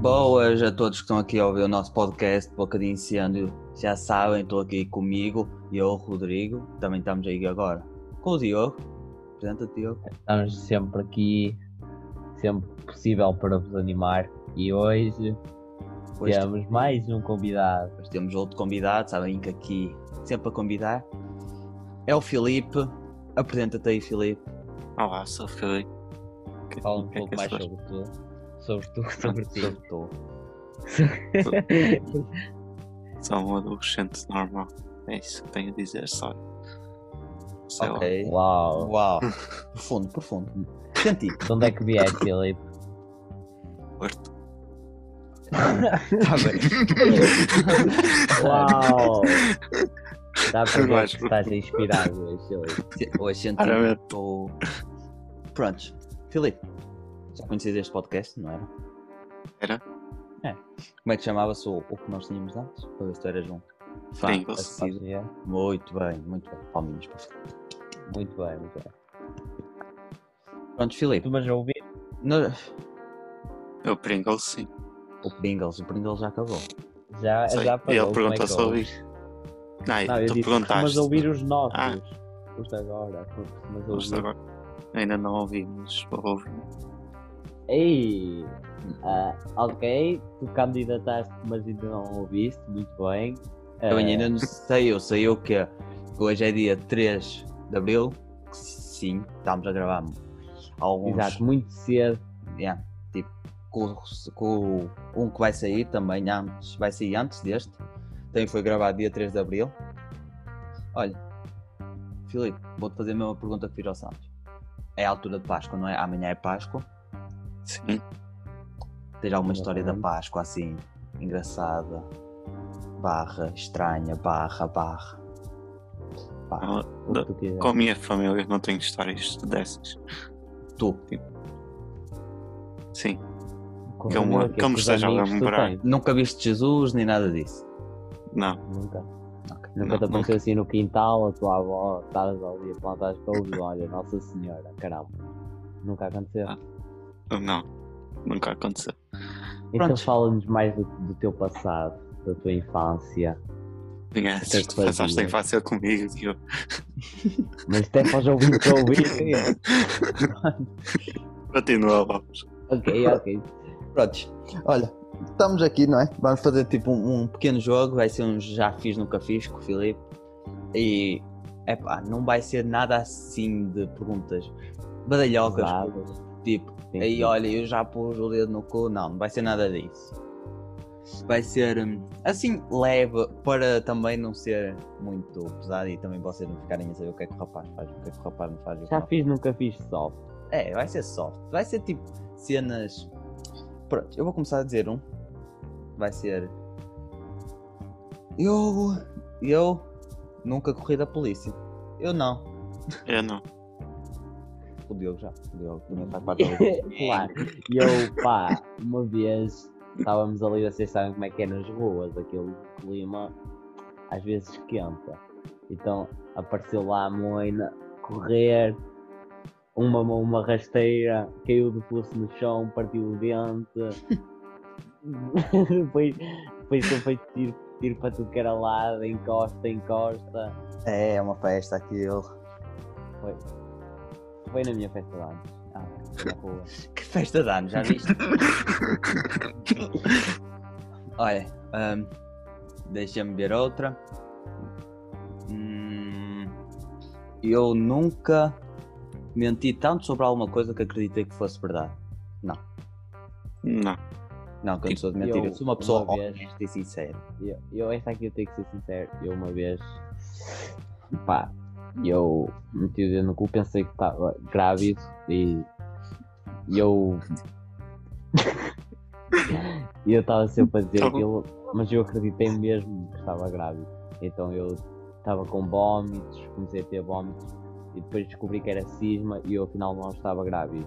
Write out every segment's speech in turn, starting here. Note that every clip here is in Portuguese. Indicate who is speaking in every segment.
Speaker 1: Boas a todos que estão aqui a ouvir o nosso podcast Boca de Incêndio. Já sabem, estou aqui comigo, eu, Rodrigo, também estamos aí agora com o Diogo. Apresenta-te, Diogo.
Speaker 2: Estamos sempre aqui, sempre possível para vos animar. E hoje
Speaker 1: Hoje
Speaker 2: temos mais um convidado.
Speaker 1: Mas temos outro convidado, sabem que aqui sempre a convidar. É o Filipe. Apresenta-te aí, Filipe.
Speaker 3: Olá, sou o Filipe. Que-
Speaker 2: Fala um
Speaker 3: que é
Speaker 2: pouco
Speaker 3: que
Speaker 2: mais
Speaker 3: és
Speaker 2: sobre tu. Sobre tu, sobre ti.
Speaker 1: Estou.
Speaker 3: hoje? Sou um adolescente normal. É isso que tenho a dizer só. Sei lá.
Speaker 1: Ok.
Speaker 2: Uau!
Speaker 1: Uau. profundo, profundo. Senti.
Speaker 2: De onde é que vieste, Filipe?
Speaker 3: Porto.
Speaker 1: Está bem.
Speaker 2: Uau! Dá para ver
Speaker 3: Mais
Speaker 2: que estás inspirado hoje, Filipe.
Speaker 1: Hoje senti.
Speaker 3: Claramente.
Speaker 1: Estou. Prontos. Filipe, já conheces este podcast, não era?
Speaker 3: Era.
Speaker 1: É. Como é que chamava-se o, o que nós tínhamos antes? Para ver se tu eras um. Fã
Speaker 3: Pringles.
Speaker 1: assíduo.
Speaker 2: Fazia?
Speaker 1: Muito bem, muito bem. Palminhos para frente.
Speaker 2: Muito bem, muito bem.
Speaker 1: Prontos, Filipe.
Speaker 2: Tu mas já ouvi?
Speaker 1: nós-
Speaker 3: Eu Pringles, sim.
Speaker 1: O Pringles, o Pringles já acabou.
Speaker 2: Já,
Speaker 3: Sei.
Speaker 2: já
Speaker 3: E
Speaker 2: pagou,
Speaker 3: ele
Speaker 2: como é
Speaker 3: perguntou
Speaker 2: que
Speaker 3: se
Speaker 2: ouves?
Speaker 3: ouvir. Não,
Speaker 2: Não, eu
Speaker 3: tu
Speaker 2: disse, mas
Speaker 3: perguntaste.
Speaker 2: ouvir os nossos.
Speaker 3: Ah.
Speaker 2: Os de agora. Mas
Speaker 3: Mas
Speaker 2: ouvir.
Speaker 3: agora Ainda não ouvi, mas vou ouvir.
Speaker 2: Ei! ah, ok, tu candidataste, mas ainda não ouviste. Muito bem.
Speaker 1: Eu
Speaker 2: Ah,
Speaker 1: ainda não sei, eu sei o que Hoje é dia 3 de Abril, que sim, estamos a gravar alguns.
Speaker 2: Exato, muito cedo.
Speaker 1: yeah, tipo, com, o- com o- um que vai sair também antes, vai sair antes deste. Também foi gravado dia 3 de Abril. Olha, Filipe, vou-te fazer a mesma pergunta que fiz ao Santos. É a altura de Páscoa, não é? Amanhã é Páscoa.
Speaker 3: Sim.
Speaker 1: Tens alguma história da
Speaker 2: Exatamente.
Speaker 1: Páscoa assim, engraçada, barra, estranha, barra, barra. barra.
Speaker 3: Ah,
Speaker 2: o que tu quiseres.
Speaker 3: Com a minha família não tenho histórias dessas.
Speaker 1: Tu, tipo,
Speaker 3: Sim.
Speaker 2: Com
Speaker 3: que eu-
Speaker 2: família,
Speaker 3: que eu
Speaker 2: com
Speaker 3: me
Speaker 2: os
Speaker 3: esteja a
Speaker 2: amigos que tu
Speaker 3: lembrar.
Speaker 2: tens?
Speaker 1: nunca viste Jesus nem nada disso.
Speaker 3: Não.
Speaker 2: Nunca.
Speaker 1: Ok.
Speaker 2: Nunca
Speaker 3: Não,
Speaker 2: te apareceu
Speaker 3: nunca.
Speaker 2: assim no quintal, a tua avó, estás ali a plantar as couves, olha, Nossa Senhora, caramba. Nunca aconteceu.
Speaker 3: Ah. Não. Nunca aconteceu.
Speaker 2: então
Speaker 1: Pronto.
Speaker 2: fala-nos mais do, do teu passado, da tua infância.
Speaker 3: Ninguém
Speaker 2: que é que
Speaker 3: tu pensaste
Speaker 2: fazias?
Speaker 3: em fácil comigo, Diogo.
Speaker 2: Mas até para os ouvintes ouvirem.
Speaker 3: Continua, vamos.
Speaker 2: ok, ok.
Speaker 1: Prontos, olha, estamos aqui, não é? Vamos fazer tipo um, um pequeno jogo, vai ser um já fiz, nunca fiz com o Filipe. E epá, não vai ser nada assim de perguntas badalhocas,
Speaker 2: Pesadas.
Speaker 1: tipo,
Speaker 2: Sim,
Speaker 1: aí
Speaker 2: sim.
Speaker 1: olha, eu já pus o dedo no cu, não, não vai ser nada disso. Vai ser hum, assim leve para também não ser muito pesado e também vocês não ficarem a saber o que é que o rapaz faz, o que é que o rapaz não faz. e o que
Speaker 2: Já
Speaker 1: não
Speaker 2: fiz, nunca fiz só.
Speaker 1: é, vai ser soft. Vai ser tipo cenas. Pronto, eu vou começar a dizer um. Vai ser. Eu. Eu nunca corri da polícia. Eu não.
Speaker 3: Eu não.
Speaker 1: O Diogo já. O Diogo também faz parte da
Speaker 2: claro. E eu, pá, uma vez estávamos ali, vocês sabem como é que é nas ruas, aquele clima às vezes esquenta. Então apareceu lá a moina, correr, uma mão, uma rasteira, caiu de pulso no chão, partiu o dente. foi, foi, foi, foi tiro, tiro para tudo que era lado, encosta, encosta.
Speaker 1: É, é uma festa aquilo.
Speaker 2: Foi, foi na minha festa de anos. Ah, na rua.
Speaker 1: Que festa de anos, já viste? Olha, hum, deixa-me ver outra. Hum, eu nunca menti tanto sobre alguma coisa que acreditei que fosse verdade.
Speaker 3: Não.
Speaker 1: Não, que eu não sou de mentir. Eu,
Speaker 2: Eu,
Speaker 1: sou uma pessoa
Speaker 2: uma vez-
Speaker 1: honesta e sincera.
Speaker 2: Eu, eu esta aqui eu tenho que ser sincero, eu uma vez pá, eu meti o dedo no cu, pensei que estava grávido e e eu e eu estava sempre a dizer
Speaker 3: Tá bom.
Speaker 2: aquilo, mas eu acreditei mesmo que estava grávido. Então eu estava com vómitos, comecei a ter vómitos e depois descobri que era cisma e eu afinal não estava grávido.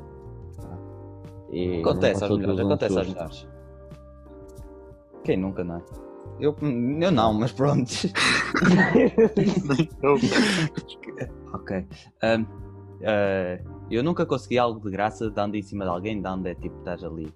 Speaker 2: E não
Speaker 1: Acontece às
Speaker 2: passou
Speaker 1: mulheres,
Speaker 2: tudo um
Speaker 1: acontece às
Speaker 2: susto.
Speaker 1: mulheres. Quem nunca, não é? Eu, eu não, mas pronto.
Speaker 3: Eu...
Speaker 1: ok. Ahm, eh, ah, eu nunca consegui algo de graça dando em cima de alguém, dando é tipo, estás ali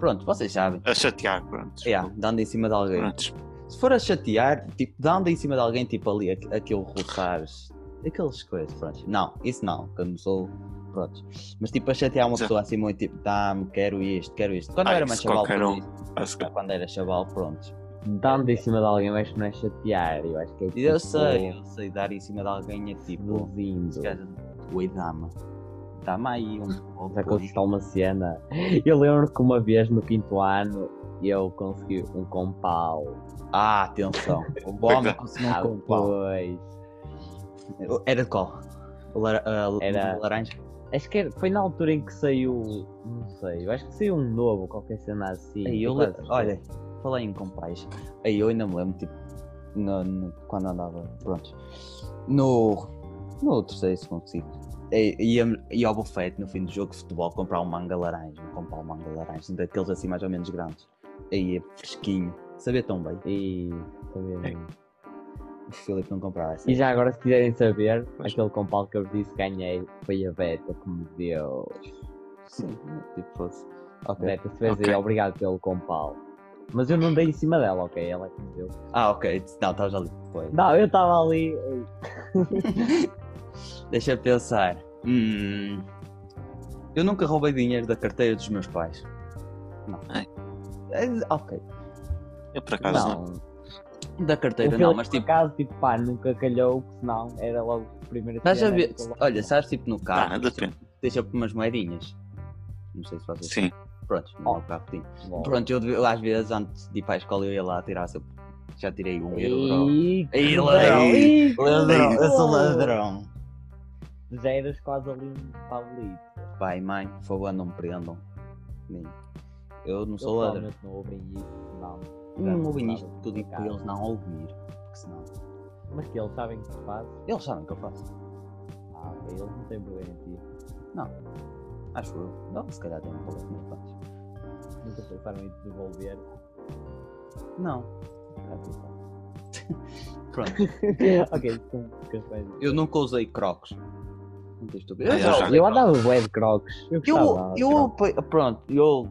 Speaker 1: Pronto, vocês sabem.
Speaker 3: A chatear, pronto.
Speaker 2: É,
Speaker 1: Yeah, dando em cima de alguém.
Speaker 3: Pronto.
Speaker 1: Se for a chatear, tipo, dando em cima de alguém, tipo ali, aqu- aquele roçares, aqueles coisas, pronto. Não, isso não, que eu não sou. Pronto. Mas tipo, a chatear uma
Speaker 3: Já.
Speaker 1: pessoa assim muito tipo, dá-me, quero isto, quero isto. Quando
Speaker 3: Ah,
Speaker 1: eu era mais
Speaker 3: isso
Speaker 1: chaval,
Speaker 3: qualquer
Speaker 1: fazia
Speaker 3: um.
Speaker 1: isso.
Speaker 3: Acho que-
Speaker 1: Ah, quando era chaval, pronto.
Speaker 2: Dando em cima de alguém, mas não é chatear. Eu acho que é tipo.
Speaker 1: E Eu sei, eu sei, dar em cima de alguém é tipo.
Speaker 2: Seduzindo.
Speaker 3: é
Speaker 1: Oi, dama. Dá-me aí um. ou
Speaker 3: é
Speaker 2: Já
Speaker 1: dois."
Speaker 2: consegui uma cena. Eu lembro que uma vez no quinto ano eu consegui um compal.
Speaker 1: Ah, atenção. O homem conseguiu um
Speaker 2: Ah,
Speaker 1: compal.
Speaker 2: pois.
Speaker 1: Era de qual? O lar- ah,
Speaker 2: Era-
Speaker 1: o laranja?
Speaker 2: Acho que era- foi na altura em que saiu. Não sei, eu acho que saiu um novo, qualquer cena assim.
Speaker 1: Aí eu,
Speaker 2: Tipo,
Speaker 1: le-
Speaker 2: essas
Speaker 1: olha,
Speaker 2: coisas.
Speaker 1: falei em compais. Aí eu ainda me lembro, tipo, no- no- quando andava, pronto, no, no terceiro, segundo ciclo, aí ia, ia ao bufete no fim do jogo de futebol comprar um manga laranja, um comprar um manga laranja, daqueles assim mais ou menos grandes. Aí é fresquinho, sabia tão bem.
Speaker 2: E. também não.
Speaker 1: O Filipe não comprava essa.
Speaker 2: E já agora, se quiserem saber,
Speaker 3: Mas-
Speaker 2: aquele compal que eu vos disse que ganhei foi a Beta que me deu.
Speaker 1: Sim, tipo fosse. Ok.
Speaker 2: Beta, se vês
Speaker 3: Ok.
Speaker 2: aí, obrigado pelo compal. Mas eu não dei em cima dela, ok? Ela é que me deu.
Speaker 1: Ah, ok. Não, estavas ali. Foi.
Speaker 2: Não, eu estava ali.
Speaker 1: Deixa eu pensar. Hum, eu nunca roubei dinheiro da carteira dos meus pais. Não.
Speaker 3: Ai.
Speaker 1: É, ok.
Speaker 3: Eu por acaso não.
Speaker 2: não.
Speaker 1: Da
Speaker 2: O
Speaker 1: carteira
Speaker 2: Filipe,
Speaker 1: Ah, não, mas
Speaker 2: por
Speaker 1: tipo.
Speaker 2: acaso, tipo, pá, nunca calhou, porque senão era logo a né, primeira
Speaker 1: Estás a
Speaker 2: cena
Speaker 1: ver?
Speaker 2: que eu logo-
Speaker 1: Olha, sabes tipo no
Speaker 2: tá,
Speaker 1: carro,
Speaker 3: Ah, depende.
Speaker 1: deixa por umas moedinhas. Não sei se vocês.
Speaker 3: Sim.
Speaker 1: Pronto,
Speaker 2: Oh.
Speaker 1: não é o carro pedindo.
Speaker 2: Bom.
Speaker 1: Pronto, eu devia- às vezes antes de ir para a escola eu ia lá tirar sempre. Já tirei um euro.
Speaker 2: Ih, que
Speaker 1: Ei,
Speaker 2: ladrão,
Speaker 1: ladrão.
Speaker 2: ih, que
Speaker 1: Ladrão, eu sou
Speaker 2: ladrão.
Speaker 1: ladrão.
Speaker 2: Já eras quase ali um Pablito.
Speaker 1: Pai, mãe, por favor, não me prendam. Nem- Eu não
Speaker 2: Eu
Speaker 1: sou ladrão.
Speaker 2: provavelmente não ouvi isso, não. Já
Speaker 1: Não ouvem
Speaker 2: estava
Speaker 1: isto que eu digo para
Speaker 2: complicado.
Speaker 1: eles não ouvir, porque senão
Speaker 2: Mas que eles sabem que tu fazes.
Speaker 1: eles sabem o que eu faço.
Speaker 2: Ah, ok, eles não têm problema em ti.
Speaker 1: Acho eu. Não, se calhar tem um problema, mas pronto.
Speaker 2: Nunca pensaram em te devolver.
Speaker 1: Não. É
Speaker 2: Ah, tá.
Speaker 1: Pronto.
Speaker 2: ok, são questões.
Speaker 1: Eu nunca usei crocs. Não tens dúvida.
Speaker 3: Ah,
Speaker 1: Eu, já
Speaker 3: eu já.
Speaker 1: usei
Speaker 2: Eu
Speaker 1: crocs.
Speaker 2: andava bué de crocs. Eu
Speaker 1: Eu,
Speaker 2: gostava. tipo, de
Speaker 1: eu,
Speaker 2: crocs.
Speaker 1: apo- pronto, eu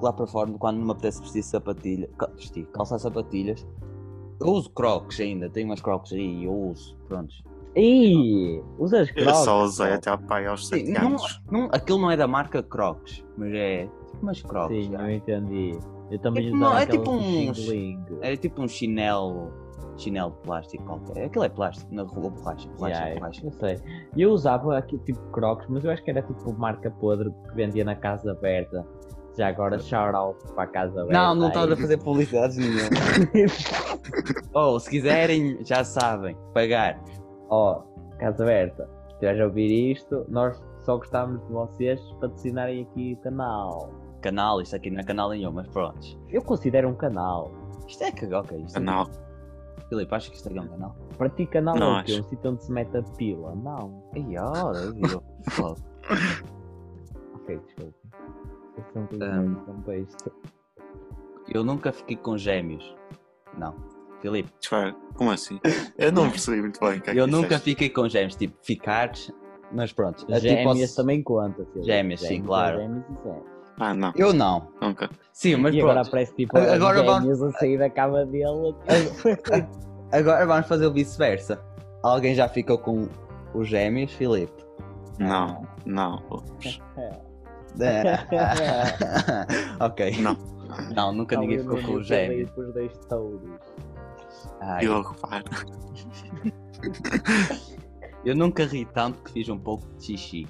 Speaker 1: lá para fora, quando me apetece vestir sapatilha, ca- vestir, calçar sapatilhas, eu uso crocs ainda, tenho umas crocs aí, eu uso, pronto.
Speaker 2: Ih, usas
Speaker 3: Eu
Speaker 2: crocs.
Speaker 3: só usei até ao pai aos
Speaker 1: Sim,
Speaker 3: 7
Speaker 1: não,
Speaker 3: anos.
Speaker 1: não, aquilo não é da marca crocs, mas é tipo umas crocs.
Speaker 2: Sim,
Speaker 1: já.
Speaker 2: eu entendi. Eu também
Speaker 1: É
Speaker 2: é,
Speaker 1: que não,
Speaker 2: usava
Speaker 1: é tipo
Speaker 2: aqueles
Speaker 1: uns-
Speaker 2: xingling.
Speaker 1: É tipo um chinelo. Chinelo de plástico qualquer. Aquilo é plástico, na rua borracha, borracha,
Speaker 2: Yeah,
Speaker 1: borracha.
Speaker 2: eu sei. E Eu usava aqui tipo crocs, mas eu acho que era tipo marca podre que vendia na Casa Aberta. Já agora, shout out para a Casa Aberta.
Speaker 1: É. Não, não
Speaker 2: aí.
Speaker 1: estava a fazer publicidades nenhuma. Ou se quiserem, já sabem, pagar.
Speaker 2: Ó, Casa Aberta, se estiveres a ouvir isto, nós só gostávamos de vocês patrocinarem aqui o canal.
Speaker 1: Canal, isto aqui não é canal nenhum, mas pronto.
Speaker 2: Eu considero um canal.
Speaker 1: Isto é que. Ok, isto
Speaker 3: Canal.
Speaker 1: É... Filipe, acho que isto aqui é um canal.
Speaker 2: Para ti, canal é
Speaker 3: Não,
Speaker 2: o quê?
Speaker 3: acho.
Speaker 2: Um sítio onde se mete a pila? Não.
Speaker 1: Ai, ora, eu- Foda.
Speaker 2: Ok, desculpa. Eu sou um bocadinho
Speaker 1: Ahm.
Speaker 2: mais contexto.
Speaker 1: Eu nunca fiquei com gêmeos. Não. Filipe,
Speaker 3: Espera, como assim? Eu não percebi muito bem o que é que
Speaker 1: é, eu nunca
Speaker 3: disseste.
Speaker 1: fiquei com gêmeos. Tipo, ficares, mas pronto. É tipo
Speaker 2: Gêmeas
Speaker 1: aos-
Speaker 2: também conta, filho.
Speaker 1: Gêmeas, sim, claro.
Speaker 2: Gêmeas e gêmeas.
Speaker 3: Ah, não,
Speaker 1: Eu não.
Speaker 3: nunca.
Speaker 1: Sim, mas
Speaker 2: e
Speaker 1: pronto.
Speaker 2: agora parece tipo
Speaker 1: A- agora
Speaker 2: agora
Speaker 1: vamos-
Speaker 2: gêmeos a sair da cama dele.
Speaker 1: Agora vamos fazer o vice-versa. Alguém já ficou com os gêmeos, Filipe?
Speaker 3: Não, não. Ups.
Speaker 1: ok.
Speaker 3: Não.
Speaker 1: Não, nunca ninguém
Speaker 2: Talvez
Speaker 1: ficou
Speaker 2: não
Speaker 1: com os
Speaker 2: fique ali
Speaker 1: gêmeos.
Speaker 2: com os dois touros.
Speaker 1: Ai,
Speaker 3: Eu reparo.
Speaker 1: eu nunca ri tanto que fiz um pouco de xixi.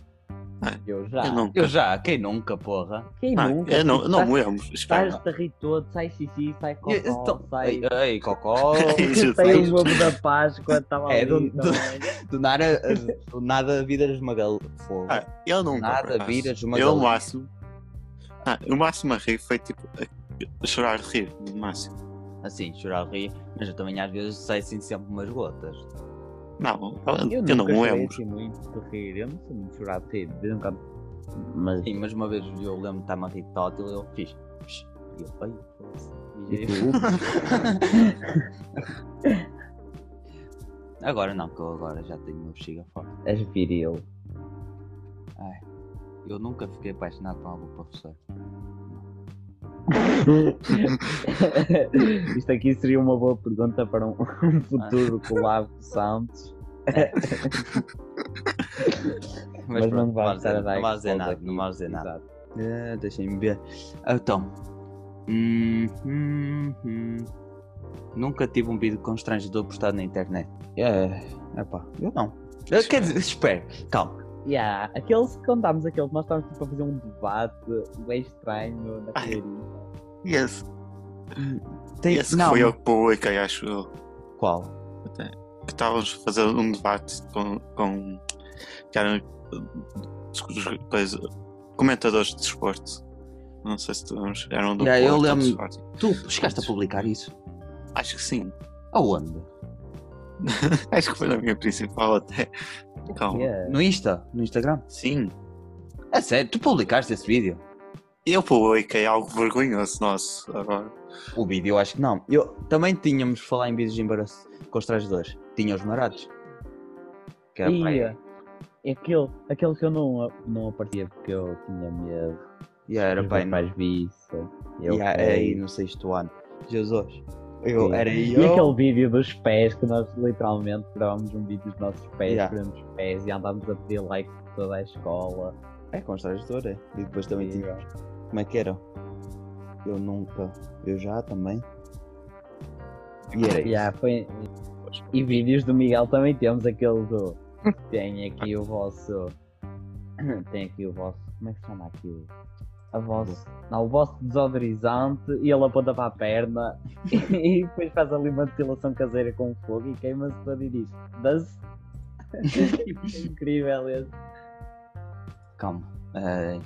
Speaker 1: Ah,
Speaker 2: Eu já.
Speaker 3: Eu nunca.
Speaker 1: Eu já, quem nunca, porra?
Speaker 2: Quem
Speaker 3: Ah,
Speaker 2: nunca?
Speaker 3: eu não,
Speaker 2: Tipo,
Speaker 3: não
Speaker 2: estás-
Speaker 3: me lembro. Espera.
Speaker 2: Estás-te a rir todo, sai xixi, sai cocó,
Speaker 1: Eu- então-
Speaker 2: sai...
Speaker 1: ei, ei, cocó.
Speaker 3: Isso,
Speaker 2: Sai
Speaker 1: sei.
Speaker 2: o globo da Páscoa, estava
Speaker 1: É,
Speaker 2: ali tá
Speaker 1: do- do-
Speaker 2: também.
Speaker 1: Do nada, do nada viras uma gal... Fogo.
Speaker 3: Ah, eu nunca.
Speaker 1: Nada,
Speaker 3: por acaso.
Speaker 1: viras uma
Speaker 3: Eu o
Speaker 1: galinha.
Speaker 3: máximo. Ah, o máximo a rir foi tipo. a- a chorar de rir, no máximo.
Speaker 1: Assim, chorar rir, mas eu também às vezes saio assim sempre umas gotas.
Speaker 3: Não, eu,
Speaker 2: Eu,
Speaker 3: eu não
Speaker 2: nunca
Speaker 3: me
Speaker 2: chorei
Speaker 3: lembro.
Speaker 1: tipo.
Speaker 2: assim muito de rir, eu não sou muito chorado de rir, de vez em quando. Mas
Speaker 1: Sim, mas uma vez eu lembro de estar-me a rir de tótil e eu fiz. psh, E eu, ai, foda-se, mijei. Agora não, que eu agora já tenho meu bexiga forte.
Speaker 2: és viril.
Speaker 1: Eu nunca fiquei apaixonado por algum professor.
Speaker 2: Isto aqui seria uma boa pergunta para um, um futuro collab com Santos. Mas,
Speaker 1: pronto,
Speaker 2: não vai
Speaker 1: vamos
Speaker 2: estar a
Speaker 1: dizer-
Speaker 2: dar
Speaker 1: não vamos dizer
Speaker 2: exposed
Speaker 1: nada,
Speaker 2: aqui.
Speaker 1: não vamos dizer nada.
Speaker 2: Exato.
Speaker 1: Eh, Deixem-me ver. Então. Hum, hum, hum. Nunca tive um vídeo constrangedor postado na internet. É. Epá, eu não. Eh, Quer dizer, espera, calma.
Speaker 2: Yeah, aqueles que contámos, aquele que nós estávamos tipo, a fazer um debate bem estranho na
Speaker 3: Ai.
Speaker 2: teoria.
Speaker 3: E esse,
Speaker 1: Tem-
Speaker 3: esse que
Speaker 1: não.
Speaker 3: foi eu que publiquei, acho eu.
Speaker 1: Qual?
Speaker 3: que estávamos a fazer um debate com, com que eram uh, os- coisa- comentadores de desporto. Não sei se tu lembras, eram do
Speaker 1: Yeah, eu
Speaker 3: Porto,
Speaker 1: lembro.
Speaker 3: do Sporting.
Speaker 1: Tu chegaste a publicar isso?
Speaker 3: Acho que sim.
Speaker 1: Aonde?
Speaker 3: Acho que foi na minha principal até. Calma.
Speaker 2: Yeah.
Speaker 1: No Insta? No Instagram?
Speaker 3: Sim.
Speaker 1: É sério, tu publicaste esse vídeo?
Speaker 3: Eu publiquei algo vergonhoso nosso agora.
Speaker 1: O vídeo eu acho que não. Eu também tínhamos de falar em vídeos de embaraço constrangedores. Tinha os marados. Que era para aí.
Speaker 2: Ia. É aquele, aquele que eu não, não aparecia porque eu tinha medo.
Speaker 1: Yeah, era
Speaker 2: Os
Speaker 1: para aí, não-
Speaker 2: mais visse. Eu
Speaker 1: Yeah,
Speaker 2: fui.
Speaker 1: é aí no sexto ano. Jesus. Eu
Speaker 2: Sim.
Speaker 1: era eu.
Speaker 2: E aquele vídeo dos pés que nós literalmente gravámos um vídeo dos nossos pés,
Speaker 1: Yeah.
Speaker 2: tiramos os pés e andámos a pedir like por toda a escola.
Speaker 1: É constrangedor, é. E depois também
Speaker 2: Sim.
Speaker 1: tinha. Como é que era? Eu nunca. Eu já também. E era isso.
Speaker 2: Yeah, foi... E vídeos do Miguel também temos aquele do. Tem aqui o vosso. Tem aqui o vosso. Como é que se chama aquilo? A vosso. Não, o vosso desodorizante e ele aponta para a perna e depois faz ali uma destilação caseira com fogo e queima-se todo e diz. Das... é incrível esse.
Speaker 1: Calma. Eh,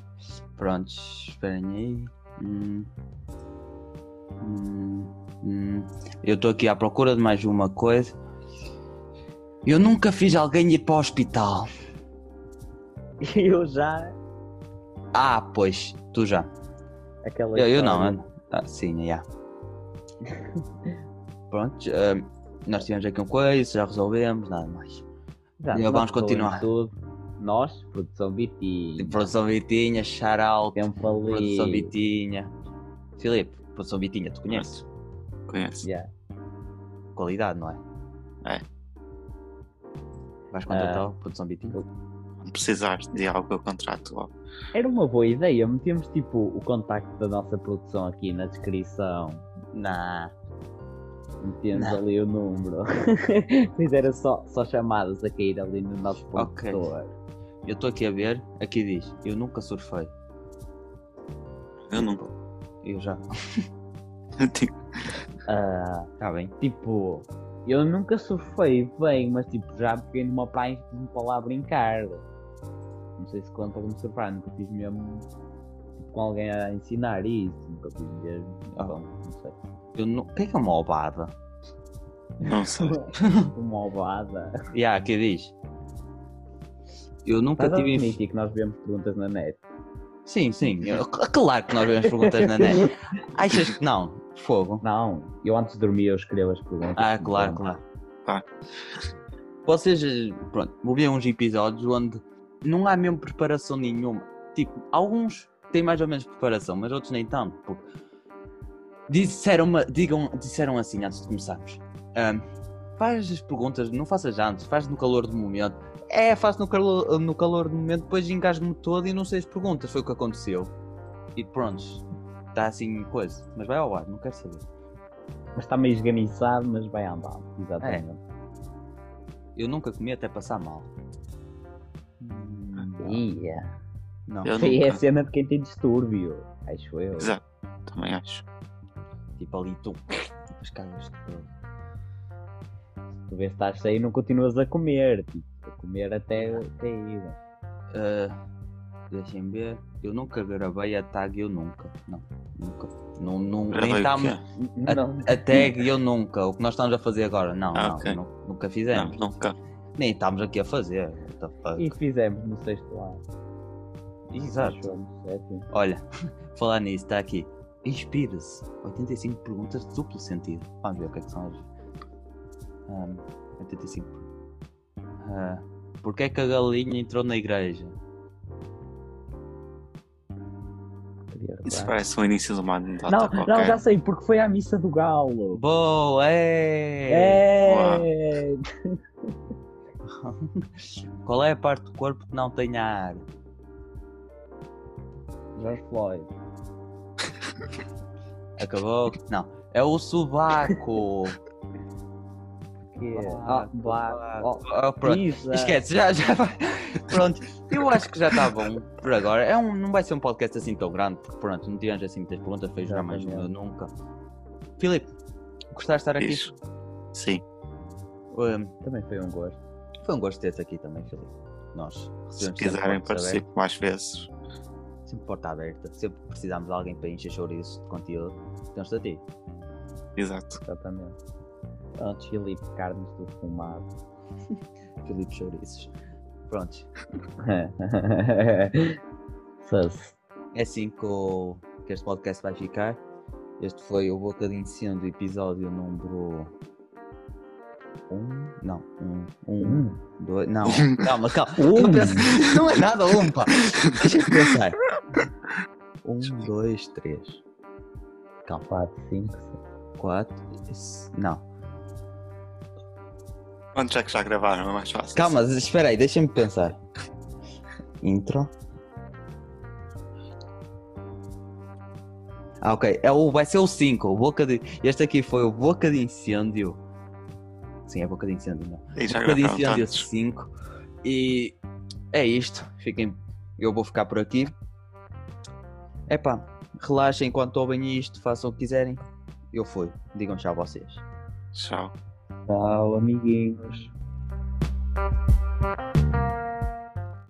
Speaker 1: pronto, esperem aí. Hum. Hum, hum. Eu estou aqui à procura de mais uma coisa. Eu nunca fiz alguém ir para o hospital.
Speaker 2: Eu já.
Speaker 1: Ah, pois, tu já.
Speaker 2: Aquela
Speaker 1: Eu, eu não,
Speaker 2: história-
Speaker 1: mano. Ah, sim, já. Pronto, eh, nós tivemos aqui um coisa, já resolvemos, nada mais.
Speaker 2: Exato,
Speaker 1: e
Speaker 2: nós
Speaker 1: vamos continuar.
Speaker 2: falamos tudo. Nós, produção BT,
Speaker 1: Produção Vitinha, shout
Speaker 2: tempo ali.
Speaker 1: Produção Vitinha. Filipe, Produção Vitinha, tu conheces?
Speaker 3: Conhece?
Speaker 2: Yeah.
Speaker 1: qualidade, não é?
Speaker 3: É.
Speaker 1: Vais contratar
Speaker 2: Ah.
Speaker 1: o produção Bitinho?
Speaker 3: Não precisar de algo eu contrato logo.
Speaker 2: Era uma boa ideia, metemos tipo o contacto da nossa produção aqui na descrição.
Speaker 1: Não.
Speaker 2: Metemos
Speaker 1: Não.
Speaker 2: ali o número. Pois era só, só chamadas a cair ali no nosso
Speaker 1: Ok.
Speaker 2: computador.
Speaker 1: Eu estou aqui a ver, aqui diz, eu nunca surfei.
Speaker 3: Eu não.
Speaker 1: Eu já.
Speaker 3: Tipo,
Speaker 2: Ah,
Speaker 1: Está Tá bem.
Speaker 2: tipo, eu nunca surfei bem, mas tipo, já peguei numa praia e fui para lá brincar. Não sei se conta como surfar, nunca fiz mesmo tipo, com alguém a ensinar isso, nunca fiz mesmo.
Speaker 1: Ah.
Speaker 2: Então, não sei.
Speaker 1: Eu nu- O que é que é uma ovada?
Speaker 3: não sei.
Speaker 2: tipo, uma ovada.
Speaker 1: E há, aqui diz. Eu nunca
Speaker 2: Estás a
Speaker 1: tive. inf-
Speaker 2: admitir que nós vemos perguntas na net.
Speaker 1: Sim, sim. eu- Claro que nós vemos perguntas na net. Achas que não? Fogo.
Speaker 2: Não, eu antes de dormir eu escrevo as perguntas.
Speaker 1: Ah, claro,
Speaker 2: Então,
Speaker 1: claro.
Speaker 3: Claro.
Speaker 1: Vocês, eh, pronto, vou ver uns episódios onde não há mesmo preparação nenhuma. Tipo, alguns têm mais ou menos preparação, mas outros nem tanto. Porque disseram, digam, disseram assim antes de começarmos. ahm, faz as perguntas, não faças antes, faz no calor do momento. É, faço no calor, no calor do momento, depois engasgo-me todo e não sei as perguntas, foi o que aconteceu. E pronto, está assim coisa. Mas vai ao ar, não quero saber.
Speaker 2: Mas está meio esganiçado, mas vai andar. Exatamente.
Speaker 1: Eu nunca comi até passar mal.
Speaker 2: Hum.
Speaker 1: É.
Speaker 2: Ia.
Speaker 1: Não,
Speaker 3: Eu
Speaker 2: E é a
Speaker 3: nunca.
Speaker 2: cena de quem tem distúrbio, acho eu.
Speaker 3: Exato. Também acho.
Speaker 1: tipo ali tu. As caras todas.
Speaker 2: Tu vês que estás cheio e não continuas a comer. Tipo, a comer até cair.
Speaker 1: Ah, Deixem-me ver. Eu nunca gravei a tag eu nunca. Não, nunca. Não, não, nem tá
Speaker 3: Gravei o é.
Speaker 1: estamos.
Speaker 3: quê?
Speaker 1: A,
Speaker 2: Não.
Speaker 1: a tag eu nunca. O que nós estamos a fazer agora. Não,
Speaker 3: Ah,
Speaker 1: não,
Speaker 3: ok.
Speaker 1: nu- Nunca
Speaker 3: Não,
Speaker 1: fizemos.
Speaker 3: nunca.
Speaker 1: Nem estamos aqui a fazer. What the fuck?
Speaker 2: E fizemos no sexto ano.
Speaker 1: Exato.
Speaker 2: Acho eu, no sétimo.
Speaker 1: Olha, falar nisso, está aqui. Inspira-se. 85 perguntas de duplo sentido. Vamos ver o que é que são as. Ahm, 85. Ah, Porquê é que a galinha entrou na igreja?
Speaker 2: anterior.
Speaker 3: Isso
Speaker 2: vá.
Speaker 3: parece o início de uma data
Speaker 2: Não,
Speaker 3: qualquer.
Speaker 2: não, já sei, porque foi à missa do Galo.
Speaker 1: Boa! É.
Speaker 2: É!
Speaker 1: Qual é a parte do corpo que não tem ar?
Speaker 2: George Floyd.
Speaker 1: Acabou? Não. É o sovaco.
Speaker 2: Que...
Speaker 1: Ah,
Speaker 2: Ah, blá,
Speaker 1: Oh,
Speaker 2: oh,
Speaker 1: oh, pronto.
Speaker 2: pizza.
Speaker 1: Esquece, já, já vai. Pronto, eu acho que já está bom por agora. É um, não vai ser um podcast assim tão grande, porque pronto, não tivemos assim muitas perguntas, fez já mais
Speaker 2: Exatamente.
Speaker 1: uma nunca. Filipe, gostaste de estar aqui?
Speaker 3: Isso. Sim.
Speaker 1: Um,
Speaker 2: Também foi um gosto.
Speaker 1: foi um gosto ter-te aqui também, Filipe. Nós
Speaker 3: Se
Speaker 1: recebemos sempre
Speaker 3: quiserem
Speaker 1: portas
Speaker 3: participo mais vezes.
Speaker 1: abertas, Sempre porta aberta, sempre precisamos de alguém para encher chouriços de conteúdo. Temos a ti.
Speaker 3: Exato.
Speaker 2: Exatamente. Pronto, Filipe, carnes do fumado.
Speaker 1: Filipe Chouriços. Pronto,
Speaker 2: Sus.
Speaker 1: é assim que, o- que este podcast vai ficar. Este foi o Bocadinho de Sino do episódio número 1. Um? Não, 1. Um, um,
Speaker 2: Hum.
Speaker 1: dois, não, calma, calma. Não, pensa- não é nada um, pá. Deixa eu pensar. 1, 2, 3,
Speaker 2: Quatro, cinco, seis.
Speaker 1: 4. Não,
Speaker 3: Quanto já que já gravaram, é mais fácil.
Speaker 1: calma, espera aí, deixa-me pensar. Intro. Ah, ok. É o, vai ser o 5. o Boca de, este aqui foi o Boca de Incêndio. Sim, é Boca de Incêndio, não.
Speaker 3: E já
Speaker 1: Boca de
Speaker 3: gravaram
Speaker 1: Incêndio
Speaker 3: tantos.
Speaker 1: 5. E é isto. Fiquem. Eu vou ficar por aqui. Epá, relaxem enquanto ouvem isto, façam o que quiserem. Eu fui. Digam tchau a vocês.
Speaker 3: Tchau.
Speaker 2: Tchau, amiguinhos.